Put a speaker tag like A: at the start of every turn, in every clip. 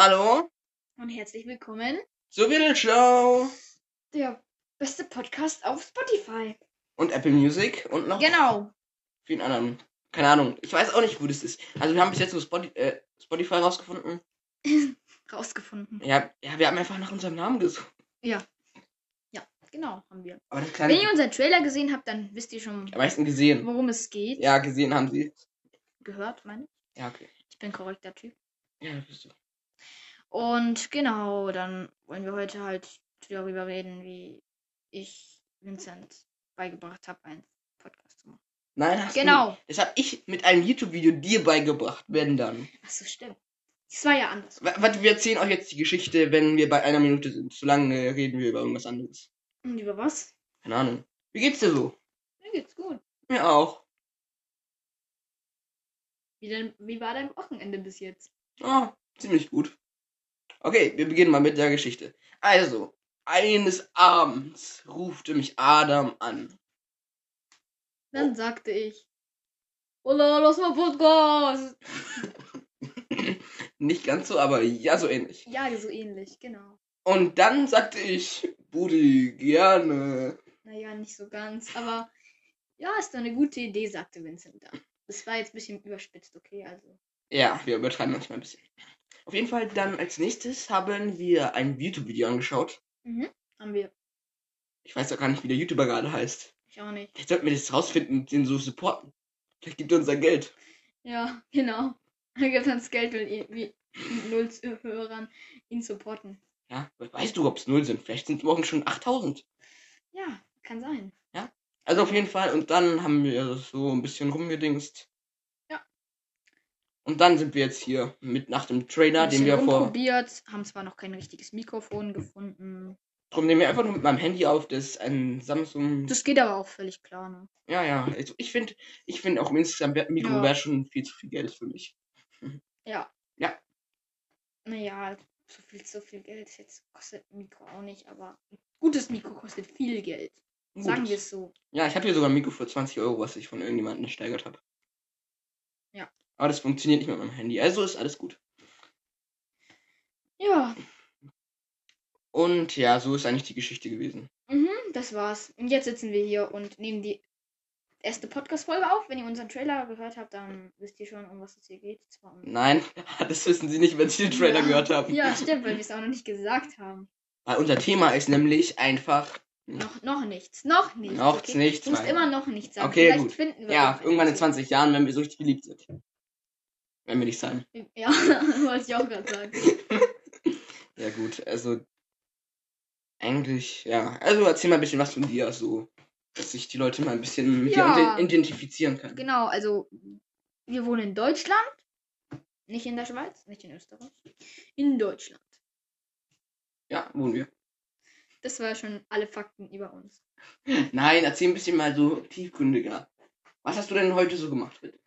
A: Hallo,
B: und herzlich willkommen.
A: so wird es schlau.
B: Der beste Podcast auf Spotify.
A: Und Apple Music und noch
B: Genau.
A: vielen anderen. Keine Ahnung. Ich weiß auch nicht, wo das ist. Also wir haben bis jetzt nur Spoti äh, Spotify rausgefunden.
B: Rausgefunden.
A: Ja, ja, wir haben einfach nach unserem Namen gesucht.
B: Genau, haben wir.
A: Aber das
B: Wenn
A: kleine
B: ihr unseren Trailer gesehen habt, dann wisst ihr schon,
A: am meisten gesehen.
B: worum es geht.
A: Ja, gesehen haben sie.
B: Gehört, meine ich.
A: Ja, okay.
B: Ich bin korrekter Typ.
A: Ja, bist du.
B: Und genau, dann wollen wir heute halt darüber reden, wie ich Vincent beigebracht habe, einen Podcast zu machen.
A: Nein, hast du.
B: Genau.
A: Das habe ich mit einem YouTube-Video dir beigebracht, wenn dann.
B: Achso, stimmt. Das war ja anders.
A: W warte, wir erzählen euch jetzt die Geschichte, wenn wir bei einer Minute sind. Zu lange reden wir über irgendwas anderes.
B: Und über Hm, was?
A: Keine Ahnung. Wie geht's dir so?
B: Mir geht's gut.
A: Mir auch.
B: Wie, denn, wie war dein Wochenende bis jetzt?
A: Ah, ziemlich gut. Okay, wir beginnen mal mit der Geschichte. Also, eines Abends rufte mich Adam an.
B: Dann sagte ich, Ola, lass mal Podcast.
A: Nicht ganz so, aber ja, so ähnlich.
B: Ja, so ähnlich, genau.
A: Und dann sagte ich, Budi, gerne.
B: Naja, nicht so ganz, aber ja, ist doch eine gute Idee, sagte Vincent dann. Das war jetzt ein bisschen überspitzt, okay, also.
A: Ja, wir übertreiben manchmal ein bisschen. Auf jeden Fall dann als nächstes haben wir ein YouTube-Video angeschaut.
B: Mhm. Haben wir.
A: Ich weiß doch gar nicht, wie der YouTuber gerade heißt.
B: Ich auch nicht.
A: Vielleicht sollten wir das rausfinden und den so supporten. Vielleicht gibt er uns sein Geld.
B: Ja, genau. Er gibt uns Geld und ihn, wie mit null Hörern ihn supporten.
A: Ja, weißt du, ob es null sind? Vielleicht sind es morgen schon 8000.
B: Ja, kann sein.
A: Also auf jeden Fall. Und dann haben wir so ein bisschen rumgedingst.
B: Ja.
A: Und dann sind wir jetzt hier mit nach dem Trailer,
B: Ein
A: den
B: bisschen
A: wir vor.
B: rumprobiert, haben zwar noch kein richtiges Mikrofon gefunden.
A: Drum nehmen wir einfach nur mit meinem Handy auf. Das ist ein Samsung.
B: Das geht aber auch völlig klar, ne?
A: ja, ja. Also ich finde ich find auch im Instagram-Mikro
B: Ja.
A: wäre schon viel zu viel Geld für mich.
B: Ja.
A: Ja.
B: Naja, so viel, so viel Geld ist jetzt kostet ein Mikro auch nicht, aber ein gutes Mikro kostet viel Geld. Sagen
A: Gut.
B: wir es so.
A: Ja, ich habe hier sogar ein Mikro für 20 Euro, was ich von irgendjemandem ersteigert habe.
B: Ja.
A: Aber das funktioniert nicht mit meinem Handy. Also ist alles gut.
B: Ja,
A: Und ja, so ist eigentlich die Geschichte gewesen.
B: mhm, das war's. Und jetzt sitzen wir hier und nehmen die erste Podcast-Folge auf. Wenn ihr unseren Trailer gehört habt, dann wisst ihr schon, um was es hier geht. Zwar um
A: Nein, das wissen Sie nicht, wenn Sie den Trailer
B: Ja.
A: gehört haben.
B: ja, stimmt, weil wir es auch noch nicht gesagt haben.
A: Weil unser Thema ist nämlich einfach.
B: Noch, noch nichts. Noch nichts.
A: Noch nichts,
B: Du musst
A: weil-
B: immer noch nichts sagen.
A: Okay,
B: Vielleicht
A: gut.
B: finden wir
A: Ja, irgendwann in
B: etwas.
A: 20 Jahren, wenn wir so richtig beliebt sind. Wenn wir nicht sein.
B: Ja, wollte ich auch gerade sagen.
A: Ja, gut, also. Eigentlich, ja. Also erzähl mal ein bisschen was von dir, so. Dass sich die Leute mal ein bisschen mit dir
B: Ja.
A: ident- identifizieren können.
B: Genau, also wir wohnen in Deutschland, nicht in der Schweiz, nicht in Österreich, in Deutschland.
A: Ja, wohnen wir.
B: Das war schon alle Fakten über uns.
A: Nein, erzähl ein bisschen mal so tiefgründiger. Was hast du denn heute so gemacht, bitte?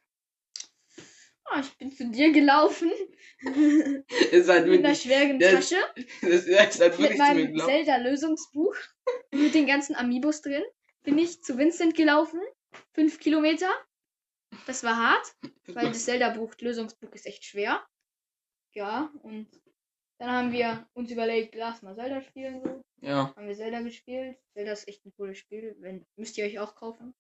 B: Ah, ich bin zu dir gelaufen
A: Ihr seid
B: mit einer
A: wirklich.
B: schweren
A: das-
B: Tasche,
A: Das, ihr seid
B: mit
A: wirklich zu mir
B: meinem
A: glaubt.
B: Zelda-Lösungsbuch, mit den ganzen Amiibos drin. Bin ich zu Vincent gelaufen, fünf Kilometer. Das war hart, weil das Zelda-Buch, Lösungsbuch ist echt schwer. Ja, und dann haben wir uns überlegt, lass mal Zelda spielen so.
A: Ja,
B: haben wir Zelda gespielt. Zelda ist echt ein cooles Spiel. Wenn, müsst ihr euch auch kaufen.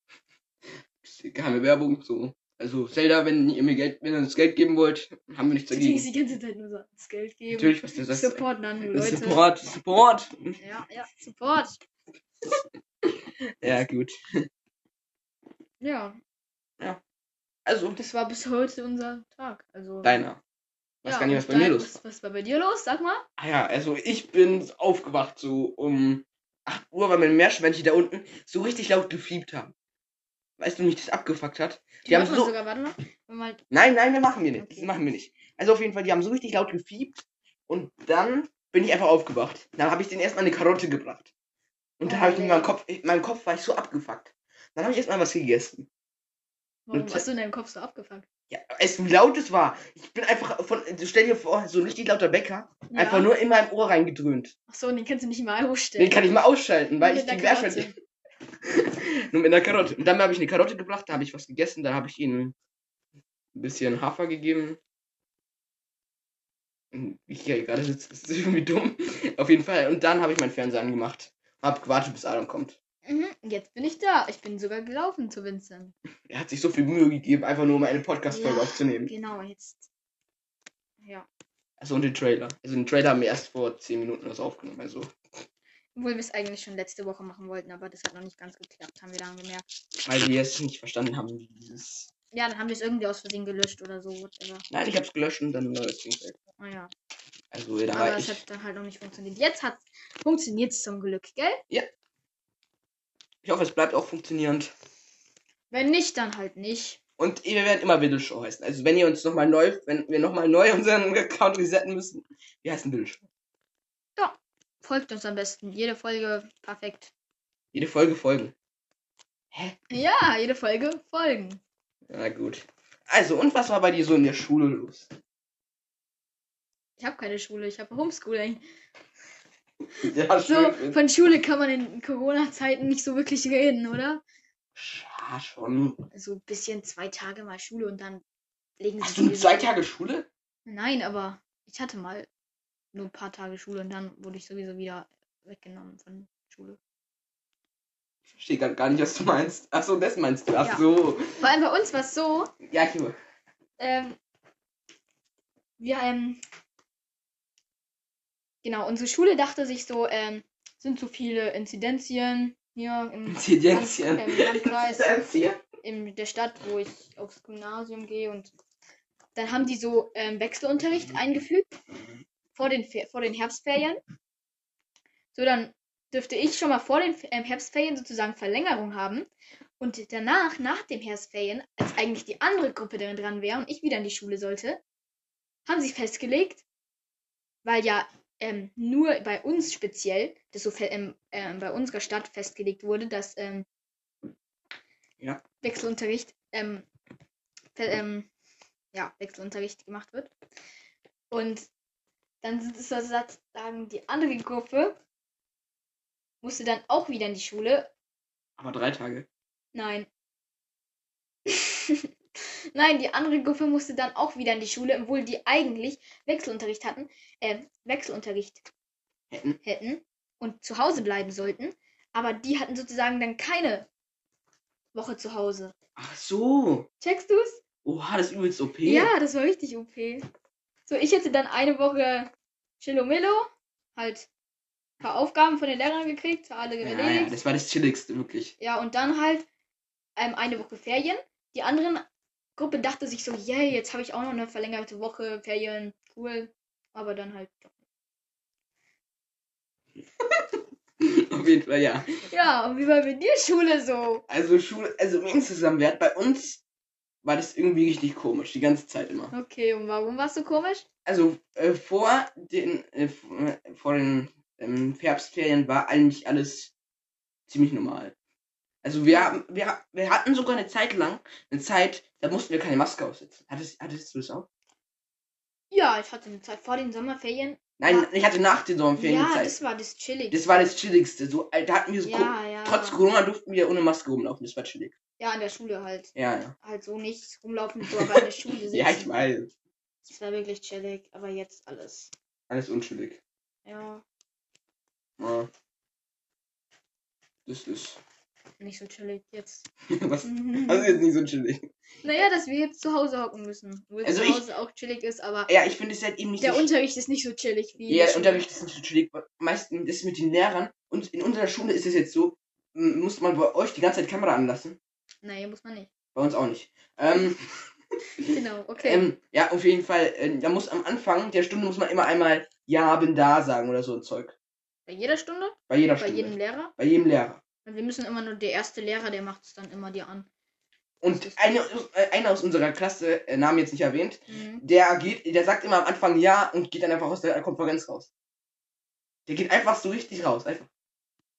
A: keine Werbung, so. Also, Zelda, wenn ihr mir Geld, wenn ihr uns Geld geben wollt, haben wir nichts
B: Ich denke
A: dagegen.
B: die ganze Zeit nur so das Geld geben.
A: Natürlich, was du sagst.
B: Supporten andere Leute.
A: Support, Support.
B: Ja, ja, Support.
A: Ja, gut.
B: Ja,
A: Also,
B: das war bis heute unser Tag. Also,
A: deiner. Was
B: ja,
A: kann ich was
B: und
A: bei mir
B: dein-
A: los?
B: Was, was war bei dir los? Sag mal.
A: Ah ja, also ich bin aufgewacht so um 8 Uhr, weil meine Meerschweinchen da unten so richtig laut gefiebt haben. Weißt du, mich das abgefuckt hat? Die haben
B: Warte mal
A: so.
B: sogar, warte mal. Warte mal.
A: Nein, nein, wir machen wir nicht.
B: Okay.
A: Das machen wir nicht. Also auf jeden Fall, die haben so richtig laut gefiebt und dann bin ich einfach aufgewacht. Dann habe ich denen erstmal eine Karotte gebracht. Und dann
B: Oh,
A: habe ich mit
B: lecker.
A: meinem Kopf, in meinem Kopf war ich so abgefuckt. Dann habe ich erstmal was gegessen.
B: Warum
A: Und-
B: hast du in deinem Kopf so abgefangen?
A: Ja, es wie laut es war. Ich bin einfach von, stell dir vor, so ein richtig lauter Bäcker, einfach nur in meinem Ohr reingedröhnt.
B: Achso, und den kannst du nicht mal hochstellen.
A: Den kann ich mal ausschalten, weil
B: Nur
A: ich
B: mit
A: die
B: der
A: Meerschweinchen. Nur mit einer Karotte. Und dann habe ich eine Karotte gebracht, da habe ich was gegessen, dann habe ich ihnen ein bisschen Hafer gegeben. Wie Hm, ich hier gerade sitze, das ist irgendwie dumm. Auf jeden Fall. Und dann habe ich meinen Fernseher angemacht. Hab gewartet, bis Adam kommt.
B: Mhm, jetzt bin ich da. Ich bin sogar gelaufen zu Vincent.
A: Er hat sich so viel Mühe gegeben, einfach nur um eine Podcast-Folge
B: Ja.
A: aufzunehmen.
B: Genau, jetzt. Ja.
A: Also und den Trailer. Also den Trailer haben wir erst vor 10 Minuten was aufgenommen. Also
B: Obwohl wir es eigentlich schon letzte Woche machen wollten, aber das hat noch nicht ganz geklappt, haben wir dann gemerkt.
A: Weil wir es nicht verstanden haben, wie dieses.
B: Ja, dann haben wir es irgendwie aus Versehen gelöscht oder so. Whatever.
A: Nein, ich hab's gelöscht und dann war das Ding weg.
B: Naja.
A: Also da
B: Aber
A: war
B: es
A: ich.
B: hat dann halt noch nicht funktioniert. Jetzt hat funktioniert es zum Glück, gell?
A: Ich hoffe, es bleibt auch funktionierend.
B: Wenn nicht, dann halt nicht.
A: Und wir werden immer Widdelshow heißen. Also wenn ihr uns nochmal neu, wenn wir nochmal neu unseren Account resetten müssen, wir heißen Widdelshow.
B: Folgt uns am besten. Jede Folge perfekt.
A: Jede Folge folgen. Hä?
B: Ja, jede Folge folgen.
A: Na gut. Also, und was war bei dir so in der Schule los?
B: Ich habe keine Schule, ich habe Homeschooling.
A: Ja,
B: So, von Schule kann man in Corona-Zeiten nicht so wirklich reden, oder?
A: Ja, schon.
B: So ein bisschen zwei Tage mal Schule und dann legen
A: Hast
B: sie
A: du
B: die-
A: zwei Tage Schule?
B: Nein, aber ich hatte mal nur ein paar Tage Schule und dann wurde ich sowieso wieder weggenommen von Schule.
A: Ich verstehe gar, gar nicht, was du meinst. Ach so, das meinst du. Ach
B: Ja.
A: so.
B: Vor allem bei uns war es so,
A: Ja, ich höre.
B: ähm, wir, ähm, genau, unsere Schule dachte sich so, ähm, sind zu viele Inzidenzien hier im,
A: Inzidenzien.
B: Land- im Landkreis,
A: Inzidenzien.
B: in der Stadt, wo ich aufs Gymnasium gehe und dann haben die so ähm, Wechselunterricht eingefügt vor den, Fe- vor den Herbstferien. So, dann dürfte ich schon mal vor den Fe- ähm, Herbstferien sozusagen Verlängerung haben. Und danach, nach den Herbstferien, als eigentlich die andere Gruppe dran- dran wäre und ich wieder in die Schule sollte, haben sie festgelegt, weil ja ähm, nur bei uns speziell, das so fe- ähm, ähm, bei unserer Stadt festgelegt wurde, dass ähm,
A: Ja.
B: Wechselunterricht, ähm, fe- ähm, ja, Wechselunterricht gemacht wird. Und dann sind es sozusagen die andere Gruppe, musste dann auch wieder in die Schule
A: Aber drei Tage.
B: Nein. Nein, die andere Gruppe musste dann auch wieder in die Schule, obwohl die eigentlich Wechselunterricht hatten, äh, Wechselunterricht
A: Hätten.
B: hätten und zu Hause bleiben sollten. Aber die hatten sozusagen dann keine Woche zu Hause.
A: Ach so.
B: Checkst du's?
A: Oha, das ist übelst OP.
B: Ja, das war richtig OP. So, ich hätte dann eine Woche Chillomillo, halt ein paar Aufgaben von den Lehrern gekriegt, alle
A: Ja,
B: erledigt.
A: ja, das war das Chilligste, wirklich.
B: Ja, und dann halt ähm, eine Woche Ferien. Die anderen Gruppe dachte sich so, yay, jetzt habe ich auch noch eine verlängerte Woche Ferien, cool. Aber dann halt.
A: Auf jeden Fall, ja.
B: Ja, und wie war mit dir Schule so?
A: Also Schule, also insgesamt wert bei uns war das irgendwie richtig komisch, die ganze Zeit immer.
B: Okay, und warum warst du komisch?
A: Also äh, vor den äh, f- äh, vor den ähm, Herbstferien war eigentlich alles ziemlich normal. Also wir haben wir, ha- wir hatten sogar eine Zeit lang, eine Zeit, da mussten wir keine Maske aufsetzen. Hattest, hattest du das auch?
B: Ja, ich hatte eine Zeit vor den Sommerferien.
A: Nein,
B: Ja.
A: ich hatte nach den Sommerferien
B: ja,
A: eine Zeit. Das,
B: das war das chillig.
A: war das chilligste. So, äh, da hatten wir so Co-
B: ja, ja.
A: trotz Corona durften wir ohne Maske rumlaufen. Das war chillig.
B: ja, in der Schule halt.
A: Ja, ja.
B: Halt so nicht rumlaufen, so aber in der Schule sitzen.
A: Ja, ich weiß.
B: Das war wirklich chillig, aber jetzt alles.
A: Alles unschuldig.
B: Ja,
A: Ja. Das ist.
B: nicht so chillig jetzt.
A: Was, das ist jetzt nicht so chillig.
B: Naja, dass wir jetzt zu Hause hocken müssen. Wo
A: Also
B: zu
A: ich-
B: Hause auch chillig ist, aber
A: Ja, ich finde es ist halt eben nicht
B: der
A: so.
B: Unterricht ist nicht so chillig wie.
A: Ja,
B: die
A: der
B: Schule.
A: Unterricht ist nicht so chillig. Meistens ist mit den Lehrern. Und in unserer Schule ist es jetzt so, m, muss man bei euch die ganze Zeit Kamera anlassen.
B: Naja, muss man nicht.
A: Bei uns auch nicht. Ähm,
B: Genau, okay.
A: ähm, ja, auf jeden Fall. Äh, da muss am Anfang der Stunde muss man immer einmal Ja, bin da sagen oder so ein Zeug.
B: bei jeder Stunde?
A: Bei jeder
B: Bei
A: Stunde.
B: jedem Lehrer?
A: bei jedem Lehrer.
B: Und wir müssen immer nur der erste Lehrer, der macht es dann immer dir an.
A: Und eine, äh, einer aus unserer Klasse, äh, Namen jetzt nicht erwähnt,
B: Mhm.
A: der geht, der sagt immer am Anfang ja und geht dann einfach aus der Konferenz raus. Der geht einfach so richtig raus. Einfach.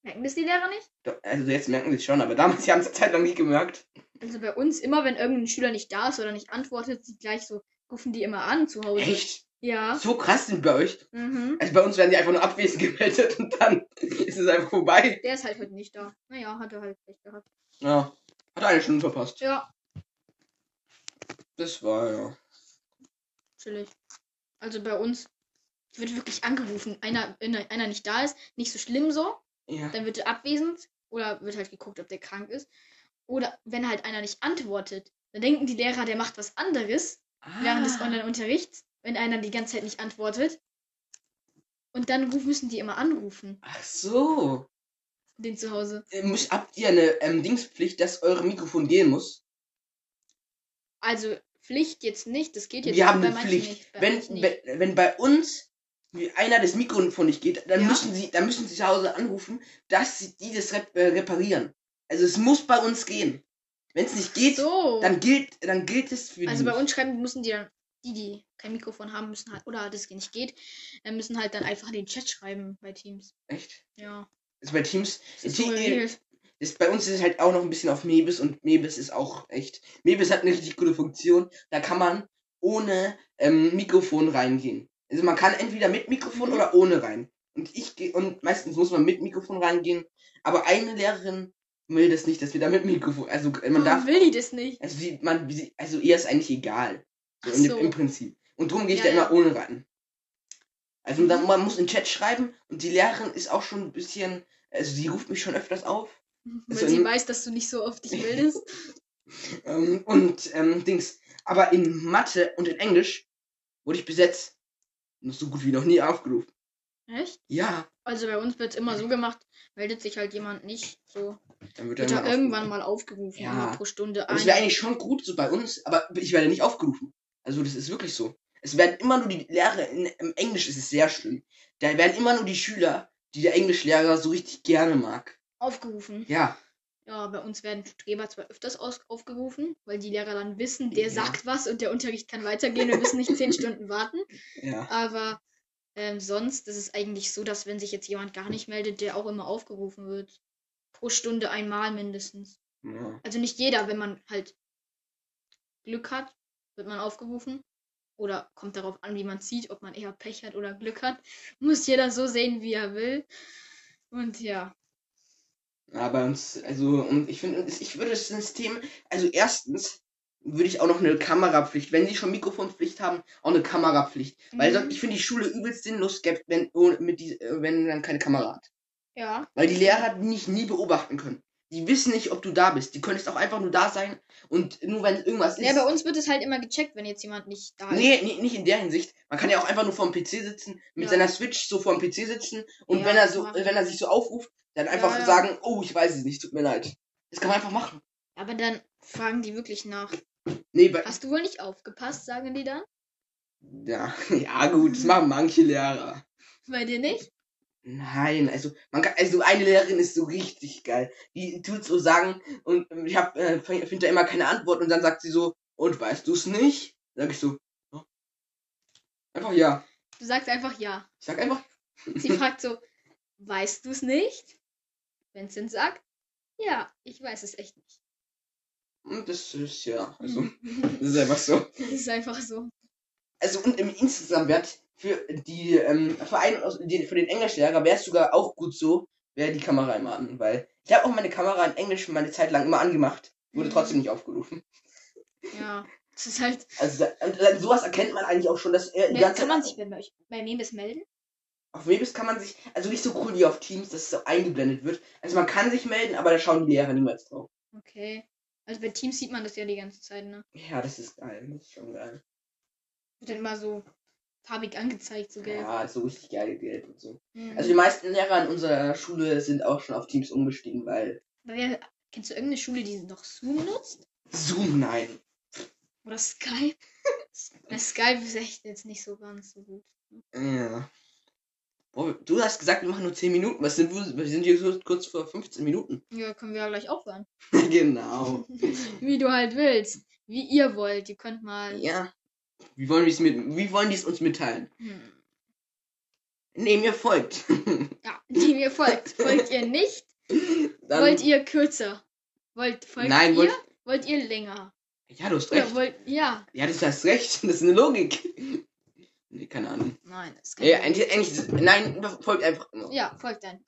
B: Merken das die Lehrer nicht?
A: Doch, Also jetzt merken sie es schon, aber damals haben sie es Zeit lang nicht gemerkt.
B: Also bei uns immer, wenn irgendein Schüler nicht da ist oder nicht antwortet, die gleich so, rufen die immer an zu Hause.
A: Echt?
B: Ja.
A: So krass sind bei euch.
B: Mhm.
A: Also bei uns werden die einfach nur abwesend gemeldet und dann ist es einfach vorbei.
B: Der ist halt heute nicht da. Naja, hat er halt recht gehabt.
A: Ja. Hat eine Stunde verpasst.
B: Ja,
A: Das war ja.
B: chillig. Also bei uns wird wirklich angerufen. Einer, einer einer nicht da ist, nicht so schlimm so.
A: Ja.
B: Dann wird er abwesend oder wird halt geguckt, ob der krank ist. Oder wenn halt einer nicht antwortet, dann denken die Lehrer, der macht was anderes während
A: Ah.
B: des Online-Unterrichts, wenn einer die ganze Zeit nicht antwortet. Und dann ruf, müssen die immer anrufen,
A: Ach so.
B: den zu Hause.
A: Äh, Müsst, habt ihr eine ähm, Dingspflicht, dass eure Mikrofon gehen muss?
B: Also Pflicht jetzt nicht, das geht jetzt
A: wir haben
B: bei
A: eine
B: manchen
A: Pflicht.
B: nicht, bei
A: wenn,
B: manchen nicht.
A: wenn, wenn bei uns einer das Mikrofon nicht geht, dann
B: Ja.
A: müssen sie, dann müssen sie zu Hause anrufen, dass sie, die das rep äh, reparieren. Also es muss bei uns gehen. Wenn es nicht geht,
B: so.
A: dann gilt, dann gilt es für
B: Also
A: die.
B: bei uns schreiben müssen die dann, die, die kein Mikrofon haben, müssen halt, oder das nicht geht, dann müssen halt dann einfach in den Chat schreiben bei Teams.
A: Echt?
B: Ja.
A: Also bei Teams,
B: Das ist
A: Die-
B: so geregelt.
A: ist, bei uns ist es halt auch noch ein bisschen auf Mebis und Mebis ist auch echt. Mebis hat eine richtig coole Funktion. Da kann man ohne ähm, Mikrofon reingehen. Also man kann entweder mit Mikrofon oder ohne rein. Und ich gehe und meistens muss man mit Mikrofon reingehen. Aber eine Lehrerin will das nicht, dass wir da mit Mikrofon. Also äh, man
B: Warum
A: darf.
B: will die das nicht?
A: Also die, man, sie- also ihr ist eigentlich egal. So,
B: Ach
A: im-
B: so.
A: Im Prinzip. Und drum gehe ich
B: Ja,
A: da
B: ja.
A: immer ohne rein. Also
B: Mhm.
A: dann, man muss in Chat schreiben und die Lehrerin ist auch schon ein bisschen. Also sie ruft mich schon öfters auf.
B: Weil
A: Also
B: sie
A: in-
B: weiß, dass du nicht so oft dich meldest.
A: Ähm, und ähm, Dings. Aber in Mathe und in Englisch wurde ich bis jetzt noch so gut wie noch nie aufgerufen.
B: Echt?
A: Ja,
B: Also bei uns wird es immer so gemacht, meldet sich halt jemand nicht. So
A: dann wird er
B: wird
A: mal
B: er irgendwann
A: aufgerufen.
B: mal aufgerufen,
A: Ja.
B: einmal pro Stunde.
A: Aber es wäre
B: einer.
A: eigentlich schon gut so bei uns, aber ich werde nicht aufgerufen. Also das ist wirklich so. Es werden immer nur die Lehrer, in, im Englisch ist es sehr schlimm. Da werden immer nur die Schüler, die der Englischlehrer so richtig gerne mag.
B: aufgerufen.
A: Ja,
B: Ja, bei uns werden Streber zwar öfters aus aufgerufen, weil die Lehrer dann wissen, der
A: Ja.
B: sagt was und der Unterricht kann weitergehen. Wir müssen nicht zehn Stunden warten.
A: ja.
B: Aber ähm, sonst ist es eigentlich so, dass wenn sich jetzt jemand gar nicht meldet, der auch immer aufgerufen wird. Pro Stunde einmal mindestens.
A: ja.
B: Also nicht jeder, wenn man halt Glück hat, wird man aufgerufen. Oder kommt darauf an, wie man sieht, ob man eher Pech hat oder Glück hat. Muss jeder so sehen, wie er will. Und ja,
A: Aber uns, also, und ich finde, ich würde das System, also erstens würde ich auch noch eine Kamerapflicht, wenn sie schon Mikrofonpflicht haben, auch eine Kamerapflicht. Weil
B: Mhm.
A: sonst, ich finde die Schule übelst sinnlos, gäb- wenn, ohne, mit die, äh, wenn dann keine Kamera hat.
B: ja.
A: Weil die Lehrer dich nie beobachten können. Die wissen nicht, ob du da bist. Die könntest auch einfach nur da sein und nur wenn irgendwas ist.
B: Ja, bei uns wird es halt immer gecheckt, wenn jetzt jemand nicht da ist.
A: Nee, nee, nicht in der Hinsicht. Man kann ja auch einfach nur vorm PC sitzen, mit
B: Ja.
A: seiner Switch so vorm PC sitzen und
B: Ja,
A: wenn er so,
B: klar.
A: wenn er sich so aufruft, dann einfach
B: Ja, ja.
A: sagen, oh, ich weiß es nicht, tut mir leid. Das kann man einfach machen.
B: Aber dann fragen die wirklich nach.
A: Nee, bei,
B: Hast du wohl nicht aufgepasst, sagen die dann?
A: ja, ja gut, das machen manche Lehrer.
B: Bei dir nicht?
A: Nein, also man kann, also eine Lehrerin ist so richtig geil. Die tut so sagen und ähm, ich hab äh, finde da immer keine Antwort und dann sagt sie so, und weißt du es nicht? Sag ich so, "Ja." einfach ja.
B: Du sagst einfach ja.
A: Ich sag einfach,
B: Sie fragt so, weißt du es nicht? Vincent sagt, ja, ich weiß es echt nicht.
A: und hm, das ist ja, also das ist einfach so.
B: Das ist einfach so.
A: Also und im Instagram-Wert für die ähm, für einen aus, den, für den Englischlehrer wäre es sogar auch gut so, wäre die Kamera immer an, weil ich habe auch meine Kamera in Englisch meine Zeit lang immer angemacht, wurde
B: Mhm.
A: trotzdem nicht aufgerufen.
B: Ja. Das ist halt.
A: Also da, und dann sowas erkennt man eigentlich auch schon, dass er die
B: Ja,
A: ganze
B: kann man
A: Zeit-
B: sich bei, euch- bei Memes melden?
A: auf Webis kann man sich also nicht so cool wie auf Teams, dass es so eingeblendet wird. Also man kann sich melden, aber da schauen die Lehrer niemals drauf.
B: Okay. Also bei Teams sieht man das ja die ganze Zeit, ne?
A: Ja, das ist geil, das ist schon geil.
B: Wird dann immer so farbig angezeigt, so gelb.
A: Ja, so richtig geil Geld und so.
B: Mhm.
A: Also die meisten Lehrer in unserer Schule sind auch schon auf Teams umgestiegen, weil
B: Aber wer, kennst du irgendeine Schule, die noch Zoom nutzt?
A: Zoom nein.
B: Oder Skype? Na, Skype ist echt jetzt nicht so ganz so gut.
A: Ja. Boah, du hast gesagt, wir machen nur 10 Minuten. Was sind wir? Wir sind hier so kurz vor 15 Minuten.
B: Ja, können wir ja gleich aufhören.
A: genau.
B: Wie du halt willst. Wie ihr wollt. Ihr könnt mal.
A: Ja. Wie wollen wir es mit, wie wollen die es uns mitteilen?
B: Hm.
A: Indem ihr folgt.
B: Ja, indem ihr folgt. Folgt ihr nicht?
A: Dann,
B: wollt ihr kürzer? Wollt, folgt
A: Nein,
B: ihr?
A: wollt-
B: Wollt, ihr länger?
A: Ja, du hast
B: Oder
A: recht.
B: wollt, ja.
A: Ja, du hast recht. Das ist eine Logik. Nee, keine Ahnung.
B: Nein, das kann
A: Ja, eigentlich, eigentlich, nein, folgt einfach immer.
B: Ja, folgt dann.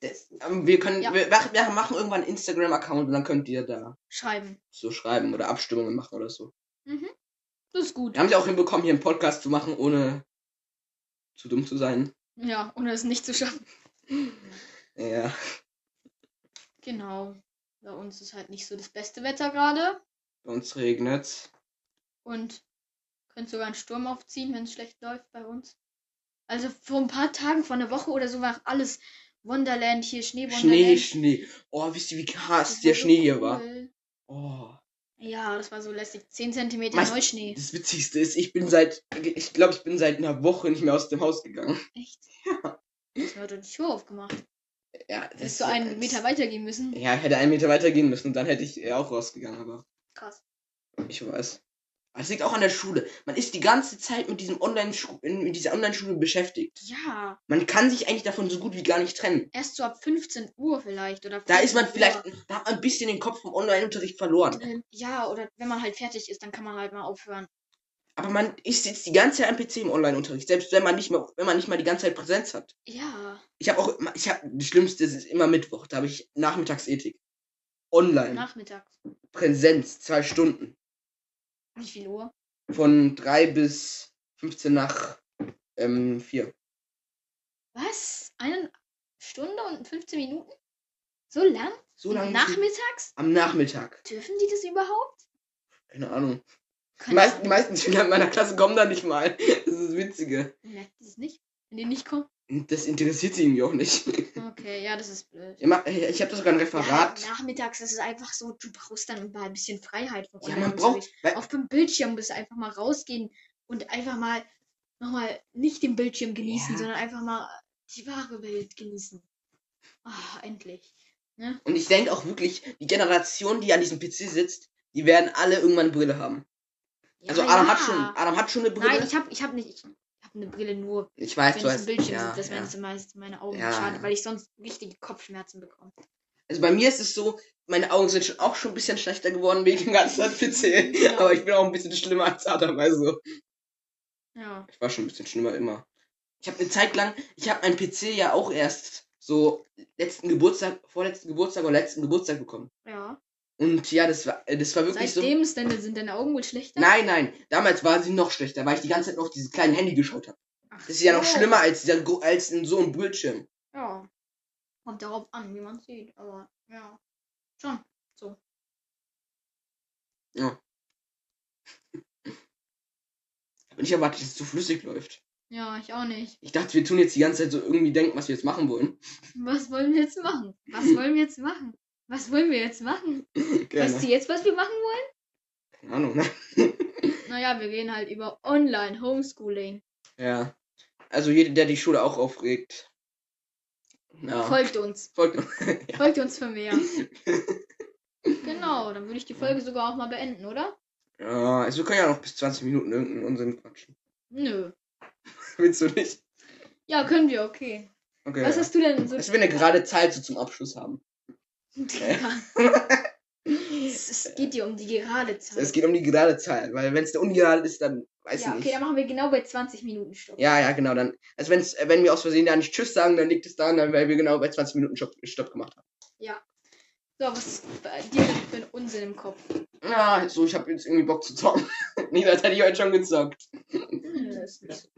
A: Das, ähm, wir können,
B: Ja.
A: wir, wir machen irgendwann einen Instagram-Account und dann könnt ihr da
B: Schreiben.
A: so schreiben oder Abstimmungen machen oder so.
B: Mhm. Das ist gut.
A: Wir haben es ja auch hinbekommen, hier einen Podcast zu machen, ohne zu dumm zu sein.
B: Ja, ohne es nicht zu schaffen.
A: Ja.
B: Genau. Bei uns ist halt nicht so das beste Wetter gerade.
A: Bei uns regnet's.
B: Und könnte sogar einen Sturm aufziehen, wenn es schlecht läuft bei uns. Also vor ein paar Tagen, vor einer Woche oder so war alles Wonderland hier,
A: Schnee,
B: Schneewonderland.
A: Schnee. Oh, wisst ihr, wie krass
B: Das
A: der
B: so
A: Schnee hier war?
B: cool.
A: Oh.
B: Ja, das war so lässig. 10 cm
A: Meist-
B: Neuschnee.
A: Das Witzigste ist, ich bin seit, ich glaube, ich bin seit einer Woche nicht mehr aus dem Haus gegangen.
B: Echt? Ja. Ich hatte die Tür aufgemacht.
A: Ja, das
B: Hättest du einen Meter weitergehen müssen.
A: Ja, ich hätte einen Meter weiter gehen müssen, dann hätte ich äh, auch rausgegangen, aber
B: Krass.
A: ich weiß. Aber es liegt auch an der Schule. Man ist die ganze Zeit mit diesem Online äh, mit dieser Online-Schule beschäftigt.
B: Ja,
A: Man kann sich eigentlich davon so gut wie gar nicht trennen.
B: erst so ab 15 Uhr vielleicht. Oder
A: Da ist man
B: 15
A: vielleicht,
B: Uhr
A: da hat man ein bisschen den Kopf vom Online-Unterricht verloren.
B: drin. Ja, oder wenn man halt fertig ist, dann kann man halt mal aufhören.
A: Aber man ist jetzt die ganze Zeit am PC im Online-Unterricht, selbst wenn man nicht mal, wenn man nicht mal die ganze Zeit Präsenz hat.
B: Ja,
A: Ich habe auch, immer- ich habe, das Schlimmste ist immer Mittwoch, da habe ich Nachmittagsethik. Online.
B: nachmittags.
A: Präsenz, zwei Stunden.
B: Wie viel Uhr?
A: Von drei bis 15 nach ähm, vier.
B: Was? Eine Stunde und 15 Minuten? So lang?
A: So lange.
B: Nachmittags?
A: Am Nachmittag.
B: Dürfen die das überhaupt?
A: Keine Ahnung. Die
B: Können
A: meisten, die meisten Schüler in meiner Klasse kommen da nicht mal. Das ist das Witzige.
B: Merkt die das nicht? Wenn die nicht kommen?
A: Und das interessiert sie irgendwie auch nicht.
B: Okay, ja, das ist blöd.
A: Ich mach- Ich habe da sogar ein Referat.
B: Ja, genau. nachmittags ist es einfach so, du brauchst dann mal ein bisschen Freiheit vom
A: Ja, man
B: Online-Unterricht.
A: braucht. Weil,
B: auf dem Bildschirm bist, einfach mal rausgehen und einfach mal nochmal nicht den Bildschirm genießen,
A: Ja.
B: sondern einfach mal die wahre Welt genießen. Ah, endlich.
A: und ich denke auch wirklich, die Generation, die an diesem PC sitzt, die werden alle irgendwann eine Brille haben. also Adam hat schon, Adam hat schon eine Brille.
B: Nein, ich habe ich hab nicht. Ich habe eine Brille nur,
A: ich, weiß,
B: wenn
A: du
B: ich
A: hast.
B: im Bildschirm
A: ja,
B: sitze. Das
A: ja.
B: wären zumeist meine Augen
A: Ja,
B: schade,
A: ja.
B: weil ich sonst richtige Kopfschmerzen bekomme.
A: Also bei mir ist es so, meine Augen sind schon auch schon ein bisschen schlechter geworden wegen dem ganzen PC.
B: Ja.
A: Aber ich bin auch ein bisschen schlimmer als Adam. Also
B: Ja.
A: ich war schon ein bisschen schlimmer immer. Ich habe eine Zeit lang, ich habe meinen PC ja auch erst so letzten Geburtstag, vorletzten Geburtstag oder letzten Geburtstag bekommen.
B: Ja.
A: Und ja, das war, äh, das war wirklich so.
B: Seitdem ist deine, sind deine Augen wohl schlechter?
A: Nein, nein, damals waren sie noch schlechter, weil ich die ganze Zeit noch auf dieses kleine Handy geschaut habe.
B: Ach
A: Das ist ja noch
B: so.
A: schlimmer als, dieser, gro- als in so einem Bildschirm.
B: Ja. Kommt darauf an, wie man sieht, aber ja. Schon.
A: Und ich erwarte, dass es so flüssig läuft.
B: Ja, ich auch nicht.
A: Ich dachte, wir tun jetzt die ganze Zeit so irgendwie denken, was wir jetzt machen wollen.
B: Was wollen wir jetzt machen? Was wollen wir jetzt machen? Was wollen wir jetzt machen?
A: Keine
B: Weißt du jetzt, was wir machen wollen?
A: Keine Ahnung, ne?
B: Naja, wir gehen halt über Online, Homeschooling.
A: Ja. Also jeder, der die Schule auch aufregt. Ja.
B: Folgt uns.
A: Folgt uns.
B: Folgt uns für mehr. genau, dann würde ich die Folge sogar auch mal beenden, oder?
A: Ja, also wir können ja noch bis 20 Minuten irgendeinen Unsinn quatschen.
B: Nö.
A: Willst du nicht?
B: Ja, können wir, okay.
A: Okay.
B: Was hast du denn so?
A: dass wir eine gerade Zeit so zum Abschluss haben.
B: es, es geht dir um die gerade Zeit.
A: Es geht um die gerade Zeit, weil wenn es eine ungerade ist, dann weiß
B: ja,
A: ich
B: okay,
A: nicht.
B: dann machen wir genau bei 20 Minuten Stopp.
A: Ja, ja, genau. Dann, also wenn's, äh, wenn wir aus Versehen da nicht Tschüss sagen, dann liegt es daran, dann- weil wir genau bei 20 Minuten Stopp, Stopp gemacht haben.
B: So, was ist bei dir denn für ein Unsinn im Kopf?
A: Na, so, ich habe jetzt irgendwie Bock zu zocken. nee, das hätte ich heute schon gezockt.
B: Nö, ist nicht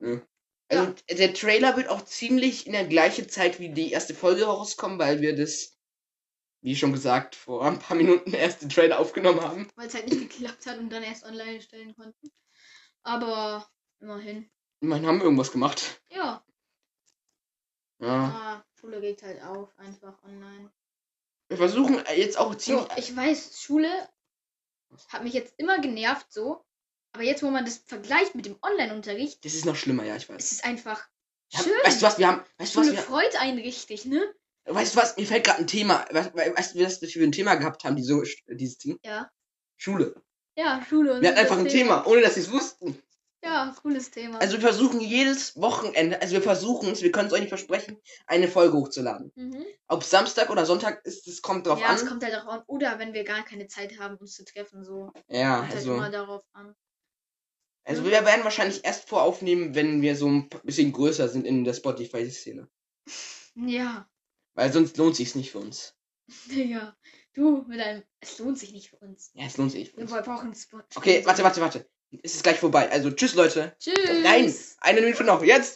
B: so.
A: Also der Trailer wird auch ziemlich in der gleichen Zeit wie die erste Folge rauskommen, weil wir das, wie schon gesagt, vor ein paar Minuten den ersten Trailer aufgenommen haben.
B: weil es halt nicht geklappt hat und dann erst online stellen konnten. Aber immerhin.
A: Man haben wir irgendwas gemacht.
B: Ja,
A: Ja.
B: ah, Schule geht halt auf, einfach online.
A: Wir versuchen jetzt auch ziemlich.
B: So, ich weiß, Schule hat mich jetzt immer genervt so, aber jetzt, wo man das vergleicht mit dem Online-Unterricht,
A: Das ist noch schlimmer, ja, ich weiß.
B: ist es einfach
A: Ja,
B: schön.
A: Weißt du was, wir haben. Weißt du was,
B: Schule
A: wir,
B: freut einen richtig, ne?
A: weißt du was, mir fällt gerade ein Thema. Weißt, weißt du, was wir für ein Thema gehabt haben, diese, dieses Ding?
B: Ja.
A: Schule.
B: Ja, Schule. und
A: Wir hatten
B: so,
A: einfach ein
B: das
A: Thema, ohne dass wir es wussten.
B: Ja, cooles Thema.
A: Also wir versuchen jedes Wochenende, also wir versuchen es, wir können es euch nicht versprechen, eine Folge hochzuladen.
B: mhm.
A: Ob Samstag oder Sonntag ist, es kommt drauf
B: Ja,
A: an.
B: es kommt halt darauf an. Oder wenn wir gar keine Zeit haben, uns zu treffen, so.
A: Ja,
B: Kommt halt
A: also,
B: immer darauf an.
A: also wir werden wahrscheinlich erst voraufnehmen, wenn wir so ein bisschen größer sind in der Spotify-Szene.
B: Ja,
A: Weil sonst lohnt sich's nicht für uns.
B: Digga. Du, mit deinem. Es lohnt sich nicht für uns.
A: Ja, es lohnt sich nicht für
B: Wir
A: uns.
B: brauchen Spot.
A: Okay, warte, warte, warte. ist es gleich vorbei. Also tschüss, Leute.
B: Tschüss.
A: Nein, eine Minute noch. Jetzt.